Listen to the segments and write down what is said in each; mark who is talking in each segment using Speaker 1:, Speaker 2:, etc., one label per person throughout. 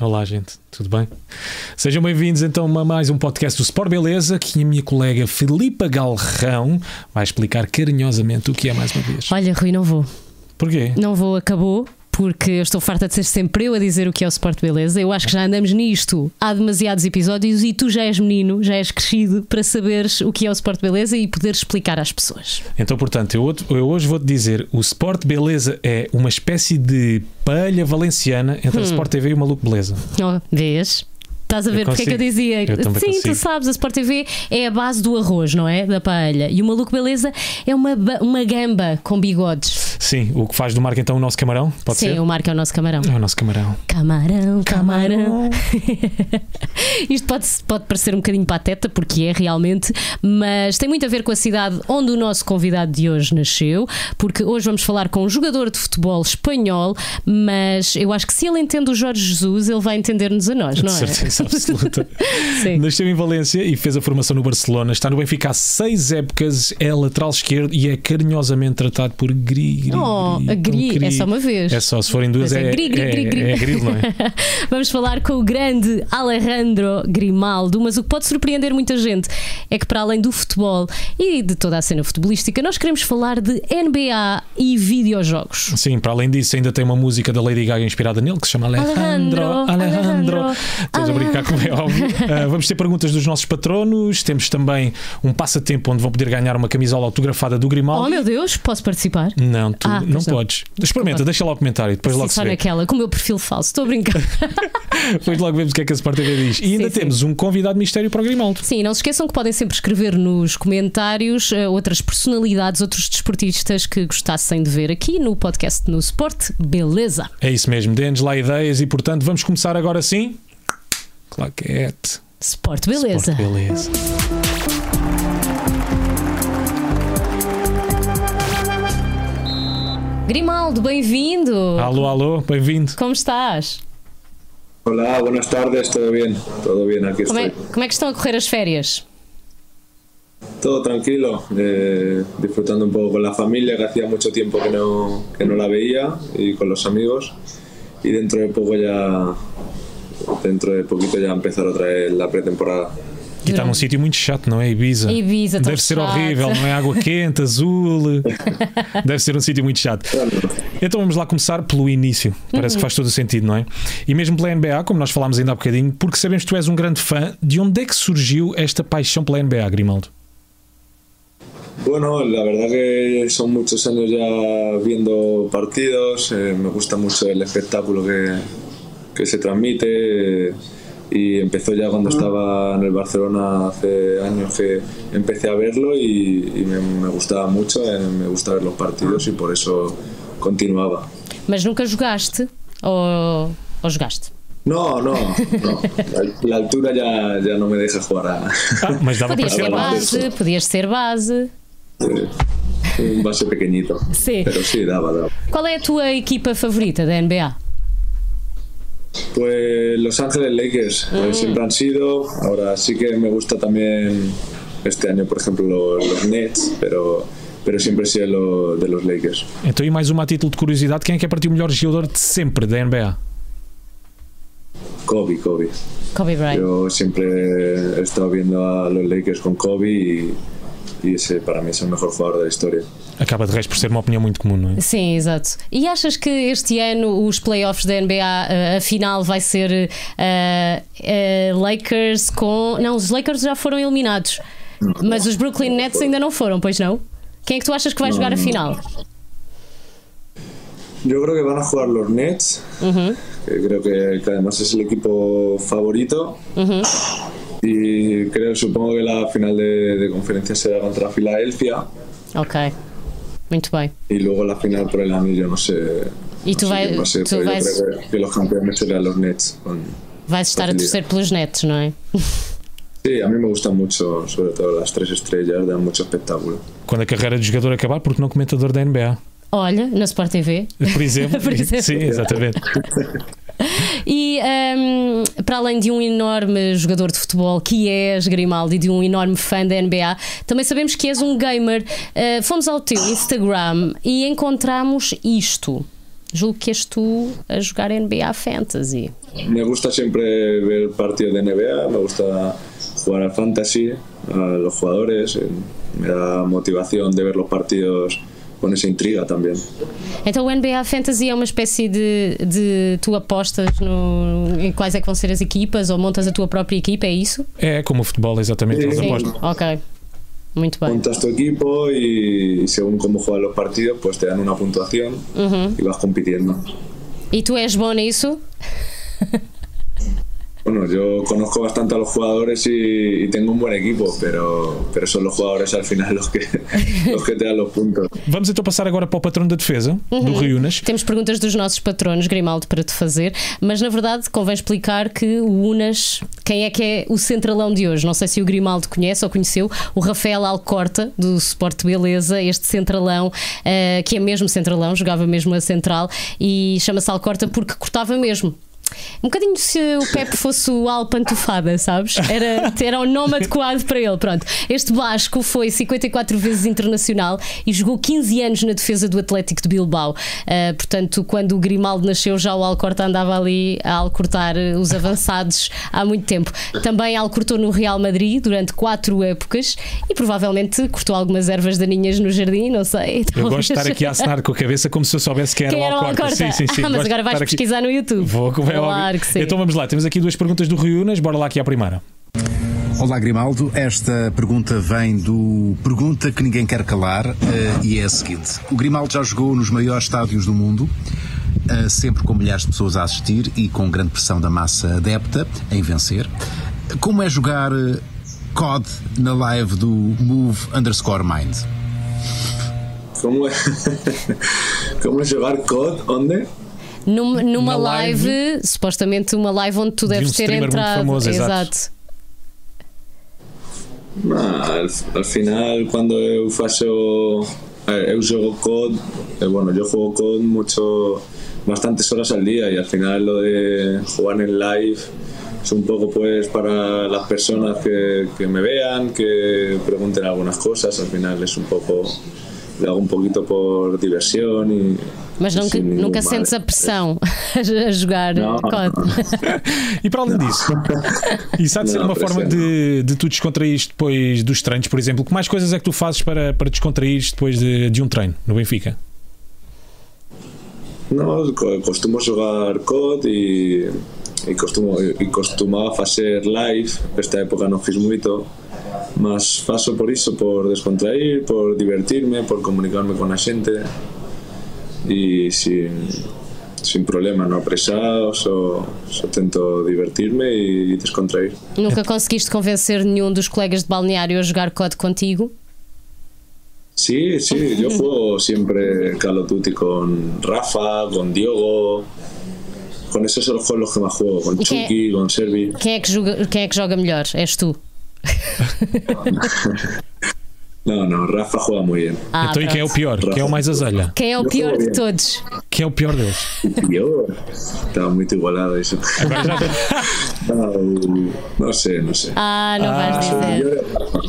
Speaker 1: Olá, gente, tudo bem? Sejam bem-vindos então a mais um podcast do Sport Beleza que a minha colega Filipa Galrão vai explicar carinhosamente o que é mais uma vez.
Speaker 2: Olha, Rui, não vou.
Speaker 1: Porquê?
Speaker 2: Não vou, acabou. Porque eu estou farta de ser sempre eu a dizer o que é o Sport Beleza. Eu acho que já andamos nisto há demasiados episódios e tu já és menino, já és crescido para saberes o que é o Sport Beleza e poderes explicar às pessoas.
Speaker 1: Então, portanto, eu, outro- eu hoje vou-te dizer: o Sport Beleza é uma espécie de palha valenciana
Speaker 2: Hum.
Speaker 1: entre a Sport TV e o Maluco Beleza.
Speaker 2: Oh, vês? Estás a ver porque é que eu
Speaker 1: consigo.
Speaker 2: dizia?
Speaker 1: Eu também
Speaker 2: Sim,
Speaker 1: consigo.
Speaker 2: tu sabes, a Sport TV é a base do arroz, não é? Da paella. E o Maluco Beleza é uma, ba- uma gamba com bigodes.
Speaker 1: Sim, o que faz do Marco então o nosso camarão? Pode
Speaker 2: Sim,
Speaker 1: ser?
Speaker 2: o Marco é o nosso camarão.
Speaker 1: É o nosso camarão.
Speaker 2: Camarão, camarão. Isto pode, pode parecer um bocadinho pateta, porque é realmente, mas tem muito a ver com a cidade onde o nosso convidado de hoje nasceu, porque hoje vamos falar com um jogador de futebol espanhol, mas eu acho que se ele entende o Jorge Jesus, ele vai entender-nos a nós,
Speaker 1: De
Speaker 2: não é?
Speaker 1: certeza absoluta.
Speaker 2: Sim.
Speaker 1: Nasceu em Valência e fez a formação no Barcelona. Está no Benfica há seis épocas. É lateral esquerdo e é carinhosamente tratado por Gri. gri
Speaker 2: Oh,
Speaker 1: gri,
Speaker 2: a gri,
Speaker 1: tão
Speaker 2: é só uma vez.
Speaker 1: É só, se forem duas,
Speaker 2: Mas é
Speaker 1: é,
Speaker 2: gri, gri,
Speaker 1: é-
Speaker 2: gri, gri.
Speaker 1: é grilo, não é?
Speaker 2: Vamos falar com o grande Alejandro Grimaldo, mas o que pode surpreender muita gente é que, para além do futebol e de toda a cena futebolística, nós queremos falar de NBA e videojogos.
Speaker 1: Sim, para além disso, ainda tem uma música da Lady Gaga inspirada nele que se chama Alejandro.
Speaker 2: Alejandro, Alejandro.
Speaker 1: Estás a brincar, como é óbvio. Ah, vamos ter perguntas dos nossos patronos. Temos também um passatempo onde vão poder ganhar uma camisola autografada do Grimaldo.
Speaker 2: Oh meu Deus, posso participar?
Speaker 1: Não, tu
Speaker 2: Ah,
Speaker 1: não
Speaker 2: pois não.
Speaker 1: podes. Experimenta, deixa lá o comentário, depois
Speaker 2: Sim,
Speaker 1: logo se
Speaker 2: só
Speaker 1: vê.
Speaker 2: naquela, com o meu perfil falso, estou a brincar.
Speaker 1: Depois logo vemos o que é que a Sport TV diz. E ainda
Speaker 2: sim.
Speaker 1: temos um convidado mistério para o Grimaldo.
Speaker 2: Sim, não se esqueçam que podem sempre escrever nos comentários eh, outras personalidades, outros desportistas que gostassem de ver aqui no podcast no Sport. Beleza!
Speaker 1: É isso mesmo, dê-nos lá ideias e, portanto, vamos começar agora sim. Claquete.
Speaker 2: Sport Beleza!
Speaker 1: Sport beleza.
Speaker 2: Grimaldo, bem-vindo!
Speaker 1: Alô, alô, bem-vindo.
Speaker 2: Como estás?
Speaker 3: Hola, buenas tardes, ¿todo bien? Todo bien, aquí
Speaker 2: Como é,
Speaker 3: estoy.
Speaker 2: como é que estão a correr as férias?
Speaker 3: Todo tranquilo, eh, disfrutando un poco con la familia, que hacía mucho tiempo que no, que no la veía, y con los amigos. Y dentro de poco ya, dentro de poquito ya empezar otra vez la pretemporada.
Speaker 1: Aqui está tá num sítio muito chato, não é? Ibiza.
Speaker 2: Ibiza, tão
Speaker 1: Deve ser
Speaker 2: chato.
Speaker 1: horrível, não é? Água quente, azul. Deve ser um sítio muito chato. Então vamos lá começar pelo início. Parece
Speaker 2: Uhum.
Speaker 1: que faz todo o sentido, não é? E mesmo pela NBA, como nós falámos ainda há bocadinho, porque sabemos que tu és um grande fã, de onde é que surgiu esta paixão pela NBA, Grimaldo?
Speaker 3: Bueno, la verdad que son muchos años ya viendo partidos, eh, me gusta mucho el espectáculo que, que se transmite eh, y empezó ya cuando estaba en el Barcelona hace años que empecé a verlo y, y me, me gustaba mucho, eh, me gusta ver los partidos y por eso continuaba.
Speaker 2: Mas nunca jogaste? Ou, ou jogaste?
Speaker 3: No, no, no, la, la altura ya, ya no me deja jugar a
Speaker 1: Ah, mas dava para
Speaker 2: Podias
Speaker 1: ser
Speaker 2: ser
Speaker 3: lá.
Speaker 2: base, podias ser base.
Speaker 3: un base pequeñito,
Speaker 2: Sí.
Speaker 3: pero sí, daba, daba.
Speaker 2: Qual é a tua equipa favorita da NBA?
Speaker 3: Pues Los Ángeles Lakers eh, siempre han sido. Ahora sí que me gusta también este año, por ejemplo, los, los Nets, pero, pero siempre he sido lo- de los Lakers.
Speaker 1: Então, e mais uma a título de curiosidade: quem é que é para ti o melhor jogador de sempre da NBA?
Speaker 3: Kobe, Kobe.
Speaker 2: Kobe Bryant.
Speaker 3: Yo siempre he estado viendo a los Lakers con Kobe y, y ese para mí es el mejor jugador de la historia.
Speaker 1: Acaba de resto por ser uma opinião muito comum, não é?
Speaker 2: Sim, exato. E achas que este ano os playoffs da NBA, eh, a final vai ser eh, eh, Lakers com. Não, os Lakers já foram eliminados. Mas os Brooklyn Nets ainda não foram, pois não? Quem é que tu achas que vai jogar a final?
Speaker 3: Yo creo que van a jugar los Nets, que creo que, que además es el equipo favorito. Y creo, supongo que la final de, de conferencia será contra Filadelfia.
Speaker 2: Ok. Muito bem.
Speaker 3: y luego la final por el anillo, no sé.
Speaker 2: Y
Speaker 3: no
Speaker 2: tú
Speaker 3: sé
Speaker 2: vai-
Speaker 3: quién va a ser,
Speaker 2: tú
Speaker 3: pero yo
Speaker 2: vais-
Speaker 3: creo que, que los campeones serán los Nets. con-
Speaker 2: Vais estar a torcer pelos netos, não é?
Speaker 3: Sí, a mí me gustan mucho, sobre todo las tres estrellas, dan mucho espectáculo.
Speaker 1: Quando a carreira de jogador acabar, porque não comentador da NBA,
Speaker 2: Olha, na Sport TV.
Speaker 1: por exemplo.
Speaker 2: Por exemplo.
Speaker 1: Sim, exatamente.
Speaker 2: E hum, para além de um enorme jogador de futebol que és, Grimaldi, e de um enorme fã da NBA, também sabemos que Eh, és um gamer. Uh, fomos ao teu Instagram e encontramos isto. julgo que és tu a jogar NBA Fantasy.
Speaker 3: Me gusta siempre ver partidos de NBA, me gusta jugar a Fantasy, a los jugadores, eh, me da motivación de ver los partidos con esa intriga também.
Speaker 2: Então o NBA Fantasy é uma espécie de, de tu apostas no, em quais é que vão ser as equipas ou montas a tua própria equipa, é isso?
Speaker 1: É, como o futebol, exatamente, eles
Speaker 2: Sim.
Speaker 1: apostam.
Speaker 2: Ok. Muito bem.
Speaker 3: Montas tu equipo y según cómo juegan los partidos, pues te dan una puntuación y vas compitiendo.
Speaker 2: E tu és bom nisso?
Speaker 3: Bueno, yo conozco bastante a los jugadores y, y tengo un buen equipo, pero, pero son los jugadores al final los que, los que te dan los puntos.
Speaker 1: Vamos então passar agora para o patrão da defesa
Speaker 2: Uhum.
Speaker 1: do Riunas.
Speaker 2: Temos perguntas dos nossos patronos, Grimaldo, para te fazer, mas na verdade convém explicar que o Unas, quem é que é o centralão de hoje? Não sei se o Grimaldo conhece ou conheceu, o Rafael Alcorta, do Sport Beleza, este centralão, eh, que é mesmo centralão, jogava mesmo a central e chama-se Alcorta porque cortava mesmo. Um bocadinho se o Pepe fosse o Al Pantufada, sabes? Era, era o nome adequado para ele. Pronto, este Vasco foi 54 vezes internacional e jogou 15 anos na defesa do Atlético de Bilbao. Ah, portanto, quando o Grimaldo nasceu, já o Alcorta andava ali a alcortar os avançados há muito tempo. Também alcortou no Real Madrid durante quatro épocas e provavelmente cortou algumas ervas daninhas no jardim, não sei.
Speaker 1: Eu gosto de estar
Speaker 2: talvez.
Speaker 1: aqui a assinar com a cabeça como se eu soubesse quem era
Speaker 2: Quem
Speaker 1: o
Speaker 2: era o
Speaker 1: Alcorta.
Speaker 2: Alcorta?
Speaker 1: Sim, sim, sim.
Speaker 2: Ah, mas
Speaker 1: Gosto de
Speaker 2: agora vais
Speaker 1: estar aqui.
Speaker 2: pesquisar no YouTube.
Speaker 1: Vou, como é
Speaker 2: claro
Speaker 1: óbvio.
Speaker 2: que sim.
Speaker 1: Então vamos lá, temos aqui duas perguntas do Riunas, bora lá aqui à primeira.
Speaker 4: Olá Grimaldo, esta pergunta vem do Pergunta que Ninguém Quer Calar eh, e é a seguinte: O Grimaldo já jogou nos maiores estádios do mundo, eh, sempre com milhares de pessoas a assistir e com grande pressão da massa adepta em vencer. Como é jogar eh, COD na live do Move underscore Mind?
Speaker 3: ¿Cómo, cómo es llevar COD? ¿Dónde?
Speaker 2: Num-
Speaker 1: Uma
Speaker 2: numa live,
Speaker 1: live-
Speaker 2: supostamente uma live onde tu deves
Speaker 1: um
Speaker 2: ter
Speaker 1: streamer muito
Speaker 2: entrado.
Speaker 1: famoso, exato.
Speaker 3: Nah, al, al final cuando eu faço a ver, eu juego COD eh, bueno yo juego COD mucho bastantes horas al día y al final lo de jugar en live es un poco pues para las personas que, que me vean que pregunten algunas cosas al final es un poco lo hago un poquito por diversión y
Speaker 2: Mas
Speaker 3: y
Speaker 2: nunca,
Speaker 3: sin ningún
Speaker 2: nunca
Speaker 3: mal.
Speaker 2: sentes a pressão a jogar
Speaker 3: é- Não,
Speaker 2: COD.
Speaker 1: E para além disso, isso há de ser
Speaker 3: Não,
Speaker 1: uma
Speaker 3: parece
Speaker 1: forma
Speaker 3: que
Speaker 1: de, de tu descontraíres depois dos treinos, por exemplo. Que mais coisas é que tu fazes para, para descontraíres depois de, de um treino no Benfica?
Speaker 3: No, co- costumo jugar COD y, y, costumo, y costumaba hacer live, esta época no fiz mucho, mas paso por eso, por descontrair, por divertirme, por comunicarme con la gente y sin, sin problema, no apresados, o, só tento divertirme e y descontrair.
Speaker 2: Nunca conseguiste convencer nenhum dos colegas de balneário a jogar COD contigo.
Speaker 3: Sí, sí, yo juego siempre Call of Duty con Rafa, con Diogo, con esos son los juegos que más juego, con
Speaker 2: qué?
Speaker 3: Chucky, con Servi.
Speaker 2: Quem é que joga, quem é que joga melhor? És tu.
Speaker 3: No, no, Rafa juega muy bien.
Speaker 2: Ah,
Speaker 1: então, e quem é o
Speaker 2: pronto.
Speaker 1: pior? Quem é o mais azelha?
Speaker 2: Quem é o
Speaker 3: Eu
Speaker 2: pior
Speaker 3: sou
Speaker 2: de
Speaker 3: eu.
Speaker 2: todos?
Speaker 1: Quem é o pior deles?
Speaker 3: Yo estaba muy igualado eso.
Speaker 1: Agora já
Speaker 3: No, no sé, no sé.
Speaker 2: Ah, não vais
Speaker 3: Yo
Speaker 2: dizer.
Speaker 3: era Rafa,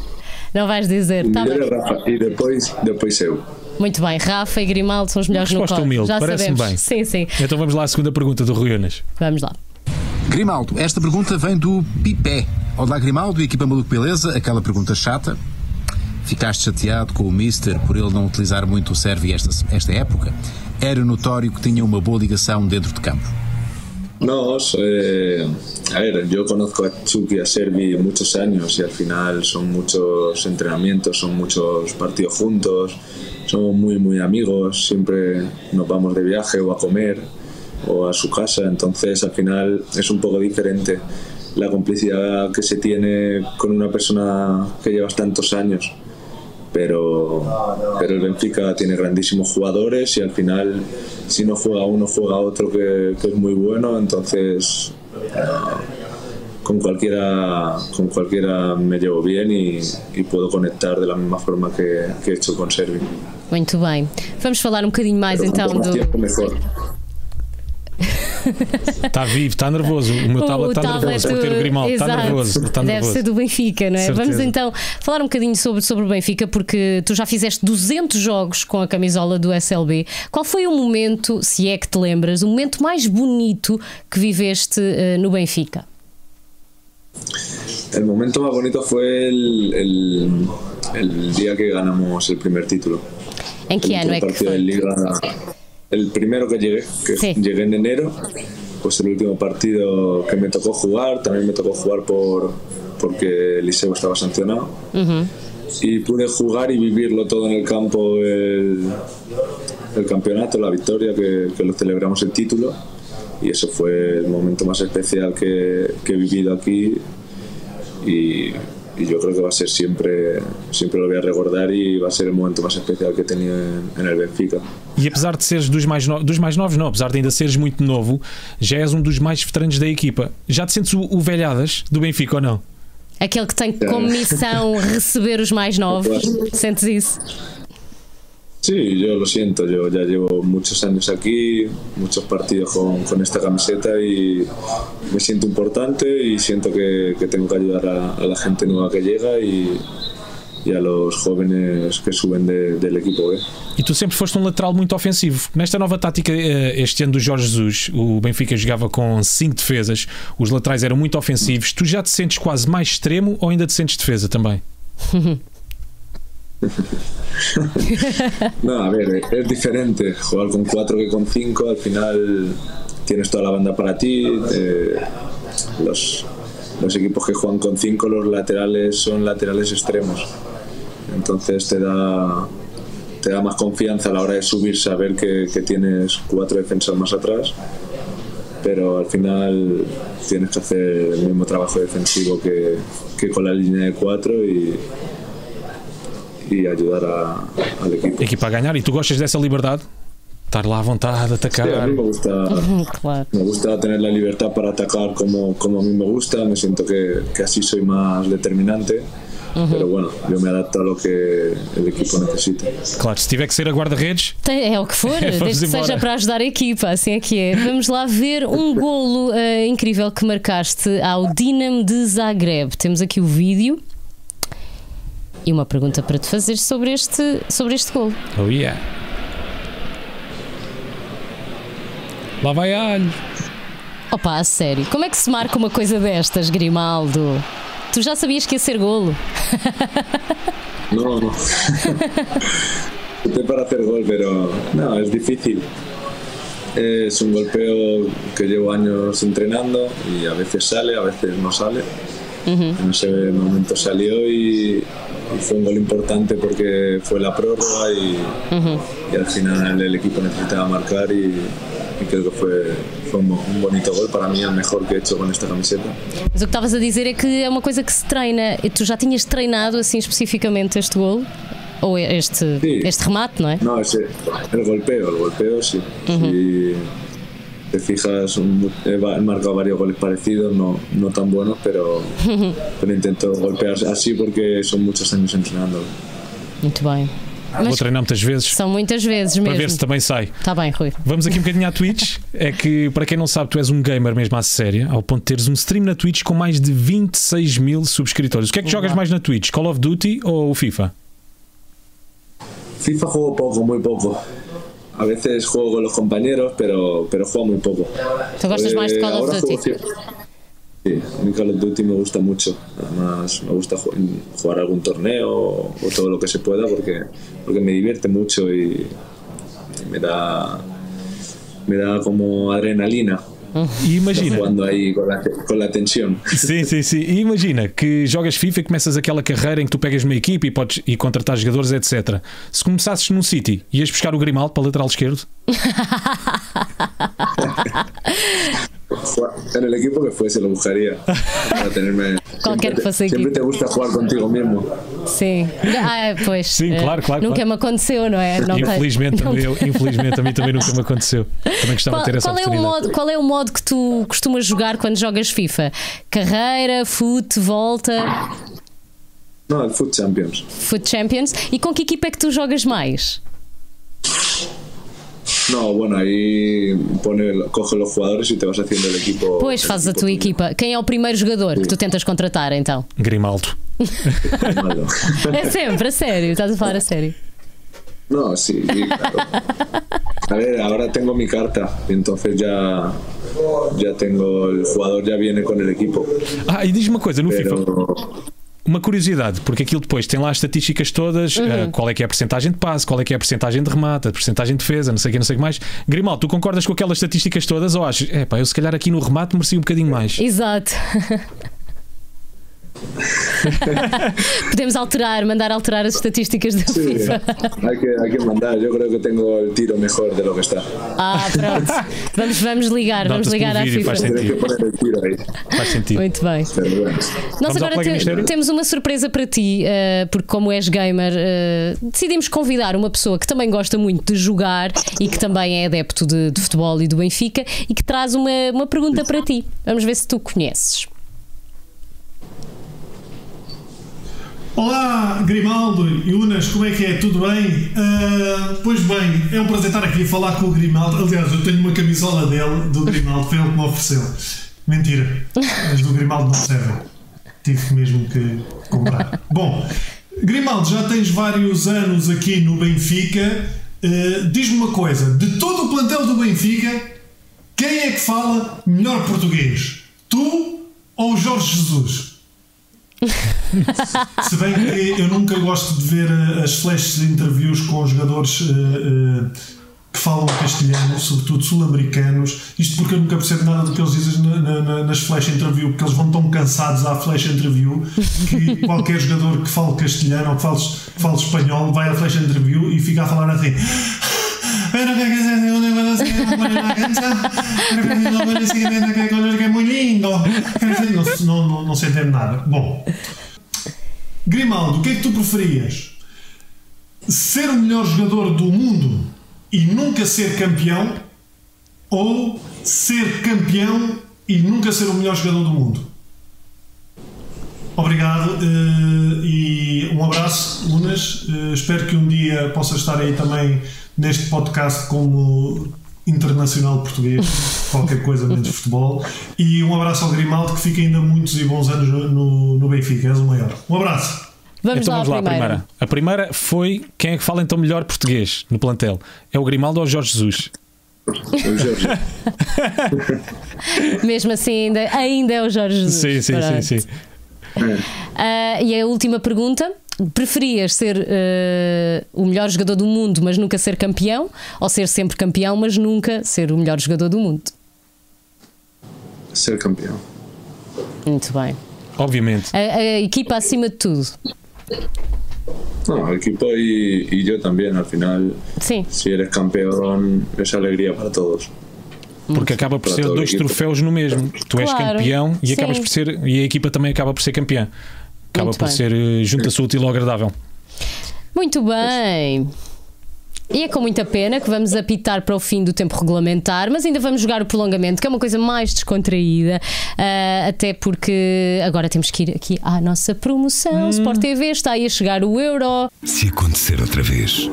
Speaker 2: Não vais dizer. Tá
Speaker 3: yo
Speaker 2: bem.
Speaker 3: era Rafa y después, después eu.
Speaker 2: Muito bem. Rafa e Grimaldo são os melhores
Speaker 1: Resposta
Speaker 2: no COD.
Speaker 1: humilde,
Speaker 2: Já
Speaker 1: parece-me
Speaker 2: sabemos.
Speaker 1: bem.
Speaker 2: Sim, sim.
Speaker 1: Então vamos lá à segunda pergunta do Riunas.
Speaker 2: Vamos lá.
Speaker 4: Grimaldo, esta pergunta vem do Pipé. Olá Grimaldo, equipa Maluco Beleza, aquela pergunta chata. Ficaste chateado com o Mister por ele não utilizar muito o Servi esta, esta época? Era notório que tinha uma boa ligação dentro de campo.
Speaker 3: No, eh, a ver, yo conozco a Chucky y a Servi muchos años y al final son muchos entrenamientos, son muchos partidos juntos, somos muy, muy amigos, siempre nos vamos de viaje o a comer o a su casa, entonces al final es un poco diferente la complicidad que se tiene con una persona que llevas tantos años. pero, pero el Benfica tiene grandísimos jugadores y al final si no juega uno juega otro que, que es muy bueno, entonces eh, con cualquiera, con cualquiera me llevo bien y, y puedo conectar de la misma forma que, que he hecho con Servi.
Speaker 2: Muito bem. Vamos falar um bocadinho mais
Speaker 3: Pero
Speaker 2: então
Speaker 3: cuanto más
Speaker 2: do.
Speaker 3: tiempo mejor.
Speaker 1: Está Tá vivo, está nervoso. O meu tablet está tá nervoso por ter o Grimaldo. Está
Speaker 2: Exato.
Speaker 1: nervoso. Está
Speaker 2: Deve
Speaker 1: nervoso.
Speaker 2: ser do Benfica, não é?
Speaker 1: Certeza.
Speaker 2: Vamos então falar um bocadinho sobre, sobre o Benfica, porque tu já fizeste 200 jogos com a camisola do SLB. Qual foi o momento, se é que te lembras, o momento mais bonito que viveste eh, no Benfica?
Speaker 3: El momento más bonito fue el, el- el día que ganamos el primer título.
Speaker 2: Em que
Speaker 3: El
Speaker 2: ano
Speaker 3: último
Speaker 2: é que
Speaker 3: partido de
Speaker 2: foi?
Speaker 3: Liga, el primero que llegué, que
Speaker 2: Sí.
Speaker 3: llegué en enero, pues el último partido que me tocó jugar, también me tocó jugar por porque Eliseo estaba sancionado. Y pude jugar y vivirlo todo en el campo, el, el campeonato, la victoria, que, que lo celebramos el título. Y eso fue el momento más especial que, que he vivido aquí. Y, y yo creo que va a ser siempre, siempre lo voy a recordar y va a ser el momento más especial que he tenido en- en el Benfica.
Speaker 1: E apesar de seres dos mais, no- dos mais novos, não, apesar de ainda seres muito novo, já és um dos mais veteranos da equipa. Já te sentes o, o velhadas do Benfica ou não?
Speaker 2: Aquele que tem como missão receber os mais novos. Sentes isso?
Speaker 3: Sí, yo lo siento, yo ya llevo muchos años aquí, muchos partidos con, con esta camiseta y me siento importante y siento que, que tengo que ayudar a, a la gente nueva que llega y, y a los jóvenes que suben de- del equipo ¿eh? B.
Speaker 1: E tu sempre foste um lateral muito ofensivo. Nesta nova tática, eh, este ano do Jorge Jesus, o Benfica jogava com cinco defesas, os laterais eram muito ofensivos. Tu já te sentes quase mais extremo ou ainda te sentes defesa também?
Speaker 3: No, a ver, es diferente jugar con 4 que con 5. Al final tienes toda la banda para ti. eh, los, los equipos que juegan con 5, los laterales son laterales extremos. Entonces te da, te da más confianza a la hora de subir, saber que, que tienes cuatro defensas más atrás. Pero al final tienes que hacer el mismo trabajo defensivo que, que con la línea de 4 y, y ayudar a- al equipo.
Speaker 1: Equipa a ganhar. E tu gostas dessa liberdade? Estar lá à vontade, atacar.
Speaker 3: Sí, a mí me gusta,
Speaker 2: Hum, Claro.
Speaker 3: me gusta tener la libertad para atacar como, como a mí me gusta, me siento que, que así soy más determinante, pero bueno, yo me adapto a lo que el equipo necesita.
Speaker 1: Claro, se tiver que ser a guarda-redes,
Speaker 2: Tem- É o que for,
Speaker 1: Vamos
Speaker 2: desde que
Speaker 1: embora.
Speaker 2: seja para ajudar a equipa, assim é que é. Vamos lá ver um golo eh, incrível que marcaste ao Dinamo de Zagreb. Temos aqui o vídeo e uma pergunta para te fazer sobre este, sobre este golo.
Speaker 1: Oh yeah. Lá vai alho.
Speaker 2: Opa, a sério, como é que se marca uma coisa destas, Grimaldo? Tu já sabias que ia ser golo?
Speaker 3: No, no. Estoy para hacer gol, pero no, es difícil. Es un golpeo que llevo años entrenando y a veces sale, a veces no sale. En ese momento salió y, y fue un gol importante porque fue la prórroga y, y al final el equipo necesitaba marcar y, y creo que fue, fue un, un bonito gol para mí, el mejor que he hecho con esta camiseta.
Speaker 2: Mas o que estavas a dizer é que é uma coisa que se treina. E tu já tinhas treinado assim especificamente este golo? Ou é este,
Speaker 3: Sim.
Speaker 2: este remate, não é?
Speaker 3: No, ese, el golpeo, el golpeo sí. Si te fijas, un- he va- he marcado varios goles parecidos, no, no tan buenos, pero, pero intento golpear así porque son muchos años entrenando.
Speaker 2: Muito bem.
Speaker 1: Vou
Speaker 2: Mas
Speaker 1: treinar muitas vezes
Speaker 2: são muitas vezes
Speaker 1: para ver se
Speaker 2: mesmo.
Speaker 1: também sai.
Speaker 2: Está bem, Rui.
Speaker 1: Vamos aqui um bocadinho à Twitch. É que, para quem não sabe, tu és um gamer mesmo à séria, ao ponto de teres um stream na Twitch com mais de 26 mil subscritores. O que é que jogas mais na Twitch? Call of Duty ou o FIFA?
Speaker 3: FIFA juego poco, muy poco. A veces juego con los compañeros, pero, pero juego muy poco. Eh,
Speaker 2: ¿Tú gustas más Call of
Speaker 3: ahora juego
Speaker 2: Duty?
Speaker 3: siempre- Sí, a mí Call of Duty me gusta mucho. Además, me gusta ju- jugar algún torneo o todo lo que se pueda porque, porque me divierte mucho e me da, me da como adrenalina
Speaker 1: E imagina.
Speaker 3: jugando ahí con la, con la tensión.
Speaker 1: Sim, sim, sim. E imagina que jogas FIFA e começas aquela carreira em que tu pegas uma equipa e podes e contratar jogadores, etc. Se começasses num City, ias buscar o Grimaldo para o lateral esquerdo?
Speaker 3: Jugar En el equipo que fuese lo buscaría. Para tenerme,
Speaker 2: Cualquier
Speaker 3: siempre, te-
Speaker 2: fuese
Speaker 3: siempre te gusta jugar contigo mismo.
Speaker 2: Sim. Ah, pois.
Speaker 1: Sim,
Speaker 2: eh,
Speaker 1: claro, claro,
Speaker 2: Nunca
Speaker 1: claro.
Speaker 2: me aconteceu, não é? Não tem-
Speaker 1: infelizmente,
Speaker 2: não
Speaker 1: também
Speaker 2: tem-
Speaker 1: eu- infelizmente, a mim também nunca me aconteceu. Também gostava
Speaker 2: Qual,
Speaker 1: de ter essa
Speaker 2: qual é o
Speaker 1: oportunidade.
Speaker 2: modo, qual é o modo que tu costumas jogar quando jogas FIFA? Carreira, foot, volta,
Speaker 3: No, el Foot Champions.
Speaker 2: foot champions? E com que equipa é que tu jogas mais?
Speaker 3: No, bueno, ahí pone, coge los jugadores y te vas haciendo el equipo.
Speaker 2: Pois
Speaker 3: el
Speaker 2: fazes a
Speaker 3: equipo
Speaker 2: tua
Speaker 3: tuyo.
Speaker 2: equipa. Quem é o primeiro jogador que tu tentas contratar então?
Speaker 1: Grimaldo.
Speaker 3: Malo.
Speaker 2: É sempre, a sério, estás a falar a sério.
Speaker 3: No, sí, sí, claro. A ver, ahora tengo mi carta, entonces ya, ya tengo, el jugador ya viene con el equipo.
Speaker 1: Ah, e diz-me uma coisa, no
Speaker 2: um
Speaker 1: FIFA,
Speaker 3: Pero
Speaker 1: uma curiosidade, porque aquilo depois tem lá as estatísticas todas,
Speaker 2: Uhum.
Speaker 1: eh, qual é que é a porcentagem de passe, qual é que é a porcentagem de remate, a porcentagem de defesa, não sei o que, não sei o que mais. Grimaldo, tu concordas com aquelas estatísticas todas ou achas, é pá, eu se calhar aqui no remate mereci um bocadinho mais?
Speaker 2: Exato. Podemos alterar, mandar alterar as estatísticas da
Speaker 3: sí,
Speaker 2: FIFA.
Speaker 3: hay que, hay que mandar, yo creo que tengo el tiro mejor de lo que está.
Speaker 2: Ah, pronto. Vamos, vamos ligar, vamos
Speaker 1: Nota-se
Speaker 2: ligar
Speaker 1: pelo
Speaker 2: à
Speaker 1: vídeo,
Speaker 2: FIFA.
Speaker 1: faz
Speaker 3: Tienes que
Speaker 1: sentido.
Speaker 3: poner el tiro ahí.
Speaker 1: Faz sentido.
Speaker 2: Muito bem.
Speaker 3: Pero bueno.
Speaker 2: Nós
Speaker 1: Vamos ao
Speaker 2: agora
Speaker 1: colega
Speaker 2: te-
Speaker 1: mistério?
Speaker 2: temos uma surpresa para ti, eh, porque como és gamer, eh, decidimos convidar uma pessoa que também gosta muito de jogar e que também é adepto de, de futebol e do Benfica e que traz uma, uma pergunta para ti. Vamos ver se tu conheces.
Speaker 5: Olá, Grimaldo e Unas, como é que é? Tudo bem? Ah, pois bem, é um prazer estar aqui a falar com o Grimaldo. Aliás, eu tenho uma camisola dele, do Grimaldo, foi ele que me ofereceu. Mentira, as do Grimaldo não servem. Tive mesmo que comprar. Bom, Grimaldo, já tens vários anos aqui no Benfica. Ah, Diz-me uma coisa: de todo o plantel do Benfica, quem é que fala melhor português? Tu ou o Jorge Jesus? Se bem que eu nunca gosto de ver eh, as flashes de interviews com jogadores eh, eh, que falam castelhano, sobretudo sul-americanos, isto porque eu nunca percebo nada do que eles dizem na- na- na- nas flash interview, porque eles vão tão cansados à flash interview que qualquer jogador que fale castelhano ou que fale, que fale espanhol vai à flash interview e fica a falar assim. Eu não quero que seja nenhum negócio assim, eu não quero nada cansado. Eu não quero nada assim, eu não quero color que é muito lindo. Quer dizer, não se- não- não- Não se entende nada. Bom, Grimaldo, o que é que tu preferias? Ser o melhor jogador do mundo e nunca ser campeão? Ou ser campeão e nunca ser o melhor jogador do mundo? Obrigado eh, e um abraço, Lunas. Eh, espero que um dia possas estar aí também neste podcast como internacional português, qualquer coisa menos futebol. E um abraço ao Grimaldo que fica ainda muitos e bons anos no- no, no Benfica, és o maior. Um abraço.
Speaker 2: Vamos
Speaker 1: Então
Speaker 2: lá, à
Speaker 1: vamos lá à
Speaker 2: primeira.
Speaker 1: primeira. A primeira foi quem é que fala então melhor português no plantel? É o Grimaldo ou o Jorge Jesus?
Speaker 3: El Jorge.
Speaker 2: Mesmo assim, ainda, ainda é o Jorge Jesus.
Speaker 1: Sim, sim,
Speaker 2: Pronto.
Speaker 1: sim, sim.
Speaker 2: Ah, e a última pergunta: preferias ser eh, o melhor jogador do mundo, mas nunca ser campeão? Ou ser sempre campeão, mas nunca ser o melhor jogador do mundo?
Speaker 3: Ser campeón.
Speaker 2: Muito bem.
Speaker 1: Obviamente.
Speaker 2: A, a equipa acima de tudo.
Speaker 3: No, el equipo y, y yo también, al final,
Speaker 2: Sim.
Speaker 3: si eres campeón, es alegría para todos.
Speaker 1: Porque acaba por
Speaker 3: Para
Speaker 1: ser
Speaker 3: toda a
Speaker 1: dois
Speaker 3: equipa.
Speaker 1: troféus no mesmo. Tu és
Speaker 2: É. Claro,
Speaker 1: campeão e
Speaker 2: sim.
Speaker 1: acabas por ser e a equipa também acaba por ser campeã. Acaba
Speaker 2: Muito
Speaker 1: por
Speaker 2: bem.
Speaker 1: ser eh, junta-se útil ao agradável.
Speaker 2: Muito bem. E é com muita pena que vamos apitar para o fim do tempo regulamentar, mas ainda vamos jogar o prolongamento, que é uma coisa mais descontraída, ah, até porque agora temos que ir aqui à nossa promoção. Sport TV está aí a chegar o Euro.
Speaker 6: Se acontecer outra vez,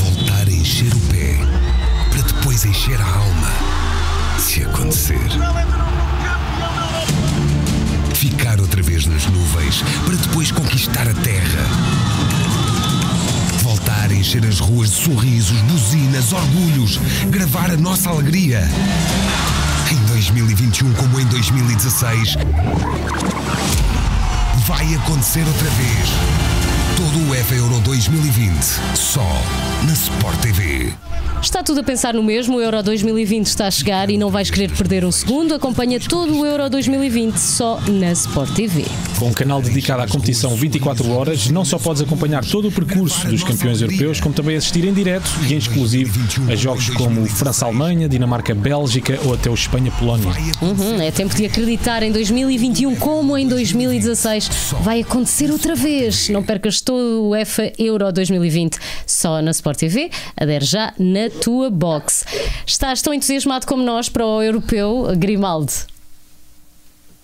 Speaker 6: voltar a encher o pé para depois encher a alma. Se acontecer, ficar outra vez nas nuvens para depois conquistar a terra. Voltar a encher as ruas de sorrisos, buzinas, orgulhos, gravar a nossa alegria. Em 2021, como em 2016, vai acontecer outra vez. Todo o UEFA Euro 2020, só na Sport TV.
Speaker 2: Está tudo a pensar no mesmo, o Euro 2020 está a chegar e não vais querer perder um segundo. Acompanha todo o Euro 2020 só na Sport TV.
Speaker 1: Com um canal dedicado à competição 24 horas, não só podes acompanhar todo o percurso dos campeões europeus, como também assistir em direto e em exclusivo a jogos como França-Alemanha, Dinamarca-Bélgica ou até o Espanha-Polónia.
Speaker 2: Uhum, é tempo de acreditar em 2021 como em 2016 vai acontecer outra vez. Não percas todo o EFA Euro 2020 só na Sport TV. Adere já na tua box. Estás tão entusiasmado como nós para o europeu Grimaldo?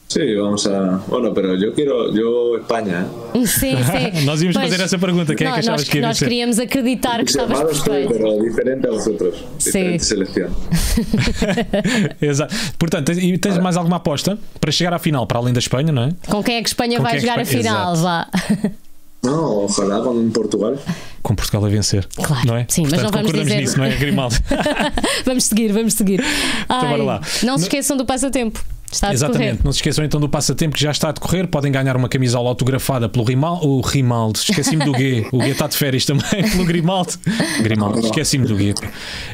Speaker 3: Sí, vamos a. Bueno, pero yo quiero. Yo, España. ¿eh?
Speaker 2: Sim, sim.
Speaker 1: Nós íamos fazer essa pergunta, quem é que
Speaker 2: nós,
Speaker 1: achavas
Speaker 2: nós,
Speaker 1: que ia
Speaker 2: Nós
Speaker 1: vencer?
Speaker 2: queríamos acreditar que estavas
Speaker 3: Llamados, sí,
Speaker 2: perfeito.
Speaker 3: pero diferente a vosotros.
Speaker 2: Sí.
Speaker 3: Diferente selección.
Speaker 1: Exato. Portanto, tens- e tens mais alguma aposta para chegar à final, para além da Espanha, não é?
Speaker 2: Com quem é que Espanha
Speaker 1: Com
Speaker 2: vai
Speaker 1: quem é que
Speaker 2: jogar
Speaker 1: Espanha-
Speaker 2: a final?
Speaker 1: Exato.
Speaker 2: Vá.
Speaker 3: No, ojalá con un Portugal.
Speaker 1: Com Portugal a vencer.
Speaker 2: Claro,
Speaker 1: não é?
Speaker 2: sim, mas
Speaker 1: Portanto,
Speaker 2: não vamos
Speaker 1: concordamos
Speaker 2: dizer-
Speaker 1: nisso, não é, Grimaldo? Então
Speaker 2: vamos seguir, vamos seguir. Ai,
Speaker 1: bora lá.
Speaker 2: Não se
Speaker 1: No-
Speaker 2: esqueçam do passatempo. Está a decorrer.
Speaker 1: Exatamente. Não se esqueçam então do passatempo que já está a decorrer. Podem ganhar uma camisola autografada pelo Rimal... o Rimaldo. Esqueci-me do G. O G está de férias também pelo Grimaldo. Grimaldo, esqueci-me do G.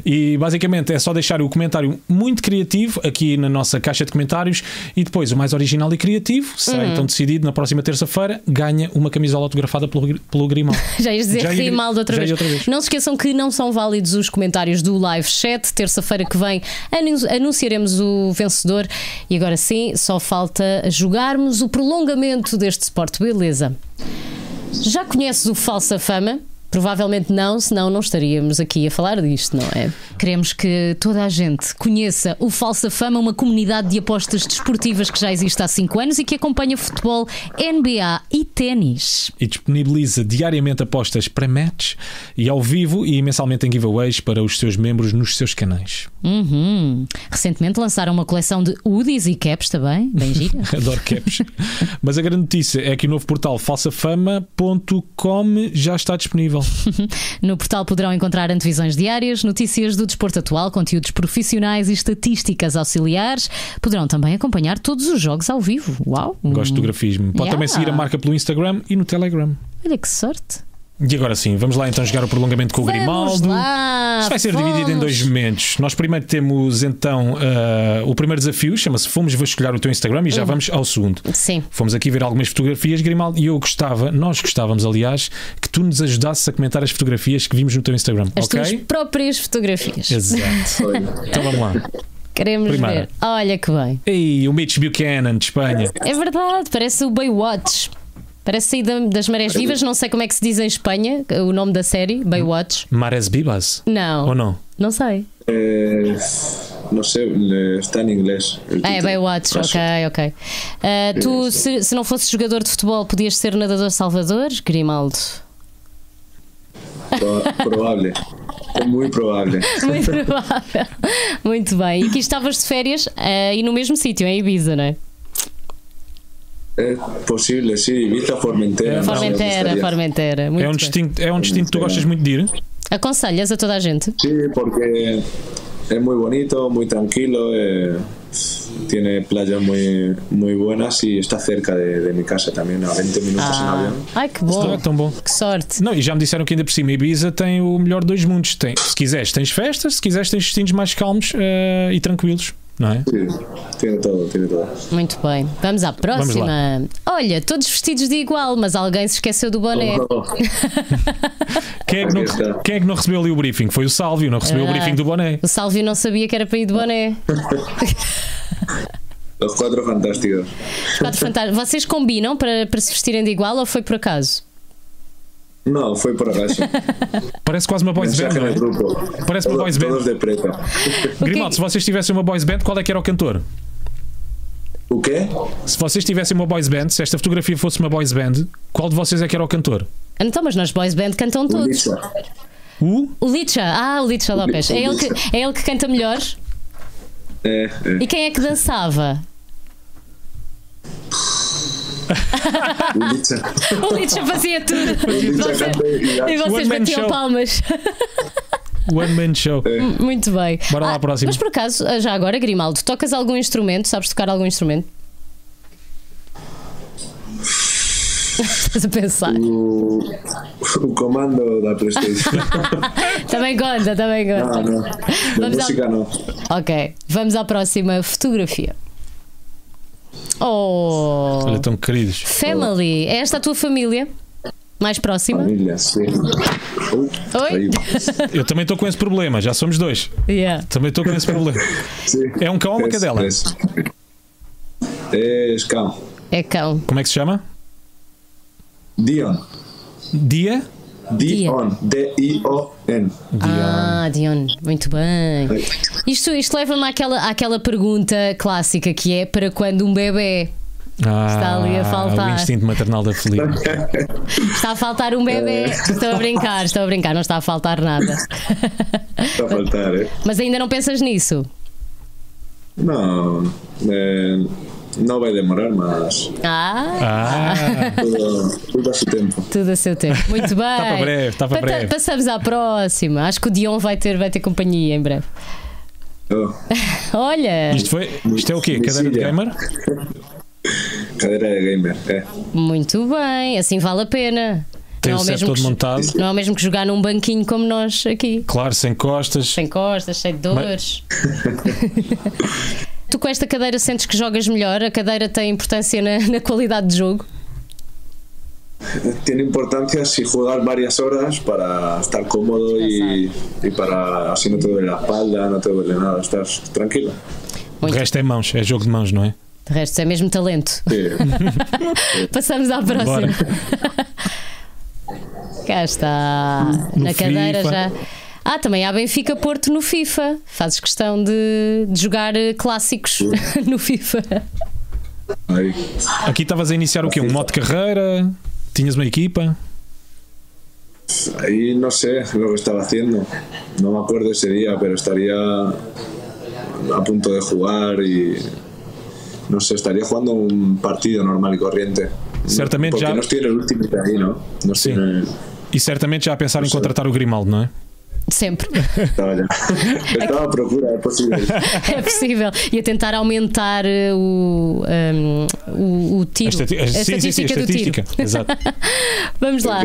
Speaker 1: E basicamente é só deixar o comentário muito criativo aqui na nossa caixa de comentários e depois o mais original e criativo será
Speaker 2: Hum.
Speaker 1: então decidido na próxima terça-feira. Ganha uma camisola autografada pelo, Gri- pelo Grimaldo.
Speaker 2: Já ias dizer
Speaker 1: Já ia-
Speaker 2: Rimaldo outra,
Speaker 1: já
Speaker 2: vez.
Speaker 1: ia outra vez.
Speaker 2: Não se esqueçam que não são válidos os comentários do live chat. Terça-feira que vem anu- anunciaremos o vencedor. E agora sim, só falta jogarmos o prolongamento deste esporte. Beleza. Já conheces o Falsa Fama? Provavelmente não, senão não estaríamos aqui a falar disto, não é? Queremos que toda a gente conheça o Falsa Fama, uma comunidade de apostas desportivas que já existe há 5 anos e que acompanha futebol, NBA e ténis.
Speaker 1: e disponibiliza diariamente apostas para match e ao vivo e mensalmente em giveaways para os seus membros nos seus canais.
Speaker 2: Uhum. Recentemente lançaram uma coleção de hoodies e caps também, bem gira.
Speaker 1: Adoro caps. Mas a grande notícia é que o novo portal falsafama.com já está disponível.
Speaker 2: No portal poderão encontrar antevisões diárias, notícias do desporto atual, conteúdos profissionais e estatísticas auxiliares. Poderão também acompanhar todos os jogos ao vivo. Uau! Hum.
Speaker 1: Gosto do grafismo. Pode
Speaker 2: Yeah.
Speaker 1: também seguir a marca pelo Instagram e no Telegram.
Speaker 2: Olha que sorte!
Speaker 1: E agora sim, vamos lá então jogar o prolongamento com o
Speaker 2: Vamos
Speaker 1: Grimaldo.
Speaker 2: lá!
Speaker 1: Isto vai ser
Speaker 2: vamos.
Speaker 1: dividido em dois momentos. Nós primeiro temos então eh, o primeiro desafio, chama-se Fomos Vasculhar o teu Instagram e já
Speaker 2: Uhum.
Speaker 1: vamos ao segundo.
Speaker 2: Sim.
Speaker 1: Fomos aqui ver algumas fotografias, Grimaldo, e eu gostava, nós gostávamos, aliás, que tu nos ajudasses a comentar as fotografias que vimos no teu Instagram,
Speaker 2: As
Speaker 1: ok?
Speaker 2: tuas próprias fotografias.
Speaker 1: Exato. então vamos lá.
Speaker 2: Queremos
Speaker 1: Primeira.
Speaker 2: ver. Olha que bem.
Speaker 1: Ei, o Mitch Buchanan, de Espanha.
Speaker 2: É verdade, parece o Baywatch. Parece sair da- das marés vivas, não sei como é que se diz em Espanha o nome da série, Baywatch.
Speaker 1: Mares Bibas.
Speaker 2: Não.
Speaker 1: Ou não?
Speaker 2: Não sei.
Speaker 3: Eh, no sé, le- está en inglés. el
Speaker 2: Ah, é
Speaker 3: título.
Speaker 2: Baywatch,
Speaker 3: Caso.
Speaker 2: ok, ok. Ah,
Speaker 1: É,
Speaker 2: tu, se, se não fosses jogador de futebol, podias ser nadador salvador, Grimaldo?
Speaker 3: Proba- Probable. Es muy probable.
Speaker 2: Muito provável. Muito bem. E aqui estavas de férias ah, e no mesmo sítio, em Ibiza, não é?
Speaker 3: Es posible, sí. Ibiza Formentera. no sé,
Speaker 2: Formentera,
Speaker 3: me gustaría.
Speaker 2: Formentera. Muito
Speaker 1: é um
Speaker 2: bem.
Speaker 1: destino, é um destino que tu
Speaker 3: Instagram.
Speaker 1: gostas muito de ir.
Speaker 2: Aconselhas a toda a gente?
Speaker 3: Sí, porque es muy bonito, muy tranquilo. eh, tiene playas muy, muy buenas y está cerca de, de mi casa también, a 20 minutos en
Speaker 2: Ah,
Speaker 3: avión.
Speaker 2: ai, que
Speaker 1: Isto
Speaker 2: bom.
Speaker 1: é tão bom.
Speaker 2: Que sorte.
Speaker 1: Não, e já me disseram que ainda por cima Ibiza tem o melhor dos mundos. Tem, se quiseres, tens festas, se quiseres, tens destinos mais calmos eh, e tranquilos, não é?
Speaker 3: Sí, tiene todo, tiene todo.
Speaker 2: Muito bem. Vamos à próxima. Olha, todos vestidos de igual, mas alguém se esqueceu do boné.
Speaker 1: Quem é, que não, quem é que não recebeu ali o briefing? Foi o Sálvio, não recebeu o
Speaker 2: Verdade.
Speaker 1: briefing do boné.
Speaker 2: O Salvio não sabia que era para ir de boné.
Speaker 3: Los cuatro fantásticos.
Speaker 2: Os quatro fantasmas. Vocês combinam para, para se vestirem de igual ou foi por acaso?
Speaker 3: No, fue por acaso.
Speaker 1: Parece quase uma boys band,
Speaker 3: Mensaje en
Speaker 1: não
Speaker 3: el
Speaker 1: é?
Speaker 3: grupo.
Speaker 1: Parece un
Speaker 3: Todo-
Speaker 1: boys band.
Speaker 3: Todos de preto.
Speaker 2: O que é
Speaker 1: Grimaldo,
Speaker 2: que-
Speaker 1: se vocês tivessem uma boys band, qual é que era o cantor?
Speaker 3: ¿O qué?
Speaker 1: Se vocês tivessem uma boys band, se esta fotografia fosse uma boys band, qual de vocês é que era o cantor?
Speaker 2: Então, mas nós boys band cantam
Speaker 3: Un
Speaker 2: todos.
Speaker 3: dicho.
Speaker 1: O?
Speaker 2: O Licha, ah, o Licha Lopes.
Speaker 3: Licha,
Speaker 2: É ele, que,
Speaker 3: Licha.
Speaker 2: é ele que canta melhor.
Speaker 3: Eh, eh.
Speaker 2: E quem é que dançava?
Speaker 3: Un dicho.
Speaker 2: O Licha fazia tudo.
Speaker 3: Licha canta e dá.
Speaker 2: E vocês
Speaker 1: One man
Speaker 2: batiam
Speaker 1: show.
Speaker 2: palmas.
Speaker 1: One Man Show.
Speaker 2: Muito bem. Ah,
Speaker 1: Bora lá à próxima.
Speaker 2: Mas por acaso, já agora, Grimaldo, tocas algum instrumento? Sabes tocar algum instrumento? Estás a pensar.
Speaker 3: O, o comando da PlayStation.
Speaker 2: Também conta, também
Speaker 3: No,
Speaker 2: conta.
Speaker 3: no. De
Speaker 2: Vamos a-
Speaker 3: música no.
Speaker 2: Ok, vamos à próxima fotografia. Oh!
Speaker 1: Olha, tão queridos.
Speaker 2: Family, é esta a tua família? Mais próxima?
Speaker 3: Familia, sí. Uh,
Speaker 2: Oi?
Speaker 3: ahí.
Speaker 1: Eu também estou com esse problema, já somos dois.
Speaker 2: Yeah.
Speaker 1: Também estou com esse problema.
Speaker 3: Sí.
Speaker 1: É um cão ou uma
Speaker 3: Es-
Speaker 1: cadela?
Speaker 3: Es, es cão.
Speaker 2: É cão.
Speaker 1: Como é que se chama?
Speaker 3: Dion.
Speaker 1: Dia?
Speaker 3: Dion. D-I-O-N.
Speaker 2: Ah, Dion, muito bem. Isto, isto leva-me àquela, àquela pergunta clássica que é para quando um bebê?
Speaker 1: Ah,
Speaker 2: Está ali a faltar.
Speaker 1: O instinto maternal da Felipe.
Speaker 2: Está a faltar um bebê. Estou a brincar, estou a brincar, não está a faltar nada.
Speaker 3: Está a faltar, eh?
Speaker 2: Mas ainda não pensas nisso?
Speaker 3: No, eh, no vai demorar, mas
Speaker 2: Ah,
Speaker 1: Ah,
Speaker 3: tudo, tudo a su tempo.
Speaker 2: tudo a seu tempo. Muito bem.
Speaker 1: para Tá breve, está para
Speaker 2: Pata-
Speaker 1: breve.
Speaker 2: Passamos à próxima. Acho que o Dion vai ter, vai ter companhia em breve.
Speaker 3: Oh,
Speaker 2: Olha,
Speaker 1: isto, foi, isto é o quê? Cadeira de
Speaker 3: Mexilha.
Speaker 1: gamer?
Speaker 3: cadera de gamer, eh?
Speaker 2: muito bem, assim vale a pena.
Speaker 1: Tem
Speaker 2: não,
Speaker 1: o
Speaker 2: é o
Speaker 1: set
Speaker 2: mesmo
Speaker 1: todo
Speaker 2: que,
Speaker 1: montado.
Speaker 2: não é o mesmo que jogar num banquinho como nós aqui.
Speaker 1: Claro, sem costas.
Speaker 2: Sem costas, cheio de dores. tu com esta cadeira sentes que jogas melhor? A cadeira tem importância na, na qualidade de jogo?
Speaker 3: Tiene importancia si juegas varias horas para estar cómodo y, y para así no te duele la espalda, no te duele nada, estás tranquilo.
Speaker 1: O resto é mãos, é jogo de mãos, não é?
Speaker 2: De resto, é mesmo talento.
Speaker 3: Sí.
Speaker 2: Passamos à próxima.
Speaker 1: Bora.
Speaker 2: Cá está.
Speaker 1: No
Speaker 2: Na cadeira
Speaker 1: FIFA.
Speaker 2: já. Ah, também há Benfica Porto no FIFA. Fazes questão de, de jogar eh, clássicos no FIFA.
Speaker 3: Ahí.
Speaker 1: Aqui estavas a iniciar o quê? Um modo de carreira? Tinhas uma equipa?
Speaker 3: Ahí no sé lo que estaba haciendo. No me acuerdo ese día, pero estaría a punto de jugar y no sé, estaría jugando un partido normal y corriente.
Speaker 1: Certamente
Speaker 3: Porque
Speaker 1: ya-
Speaker 3: no estoy en el último de ahí, ¿no? No
Speaker 1: Sí.
Speaker 3: estoy en el-
Speaker 1: E certamente já a pensar em contratar o Grimaldo, não é?
Speaker 2: Sempre.
Speaker 3: Estaba ya. Estaba a procura, es posible.
Speaker 2: É possível. E a tentar aumentar eh, o, ahm, o, o tiro.
Speaker 1: A estati-
Speaker 2: A
Speaker 1: sim, sim, sim, a
Speaker 2: estatística do tiro.
Speaker 1: estatística. Exato.
Speaker 2: Vamos lá.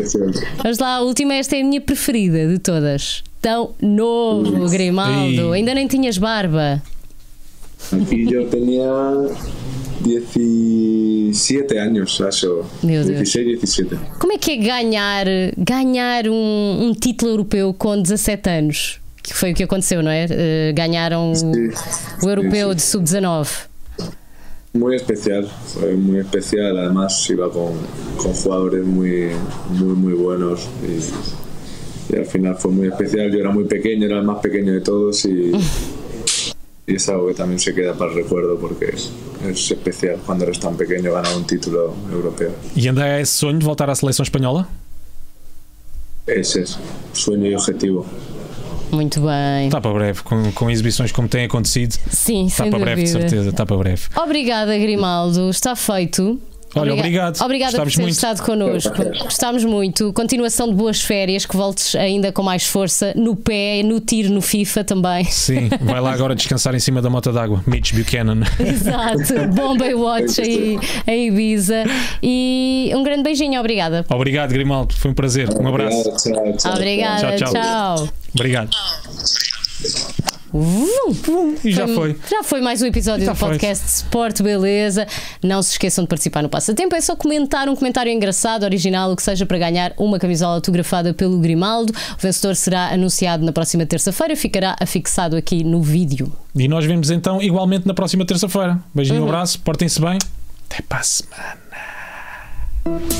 Speaker 2: Vamos lá, a última, esta é a minha preferida de todas. Tão novo, Grimaldo.
Speaker 1: Ei.
Speaker 2: Ainda nem tinhas barba.
Speaker 3: Aquí yo tenía 17 años, eso.
Speaker 2: Meu Dios.
Speaker 3: 16, 17.
Speaker 2: Como é que é ganhar, ganhar um, um título europeu com 17 anos? Que foi o que aconteceu, não é? Eh, ganharam o, o europeu de sub-19.
Speaker 3: Muy especial, fue muy especial. Además, iba con, con jugadores muy, muy, muy buenos. Y, y al final fue muy especial. Yo era muy pequeño, era el más pequeño de todos. Y, y es algo que también se queda para el recuerdo porque es, es especial cuando eres tan pequeño ganar un título europeo.
Speaker 1: E ainda é esse sonho de voltar à seleção espanhola?
Speaker 3: Ese es sueño y objetivo.
Speaker 2: Muito bem.
Speaker 1: Está Tá para breve, com, com exibições como têm acontecido,
Speaker 2: Sim,
Speaker 1: está
Speaker 2: sem
Speaker 1: tá para breve, de
Speaker 2: dúvida.
Speaker 1: certeza, está para breve.
Speaker 2: Obrigada, Grimaldo. Está feito.
Speaker 1: Olha,
Speaker 2: Obriga-
Speaker 1: obrigado.
Speaker 2: Obrigada
Speaker 1: Gostávamos
Speaker 2: por ter
Speaker 1: muito.
Speaker 2: estado connosco. Gostámos muito. Continuação de boas férias, que voltes ainda com mais força no pé, no tiro, no FIFA também.
Speaker 1: Sim, vai lá agora descansar em cima da mota d'água. Mitch Buchanan.
Speaker 2: Exato. Bom Baywatch aí em Ibiza. E um grande beijinho, obrigada.
Speaker 1: Obrigado, Grimaldo, foi um prazer. Um abraço.
Speaker 3: Obrigado, chao, chao.
Speaker 2: Obrigada,
Speaker 1: Tchau,
Speaker 2: tchau.
Speaker 1: tchau. Obrigado. E já foi.
Speaker 2: Já foi mais um episódio
Speaker 1: Já
Speaker 2: do
Speaker 1: foi.
Speaker 2: podcast Sport Beleza. Não se esqueçam de participar no Passatempo. É só comentar um comentário engraçado, original, o que seja, para ganhar uma camisola autografada pelo Grimaldo. O vencedor será anunciado na próxima terça-feira. Ficará afixado aqui no vídeo.
Speaker 1: E nós vemos então igualmente na próxima terça-feira. Beijinho, um abraço, portem-se bem. Até para a semana.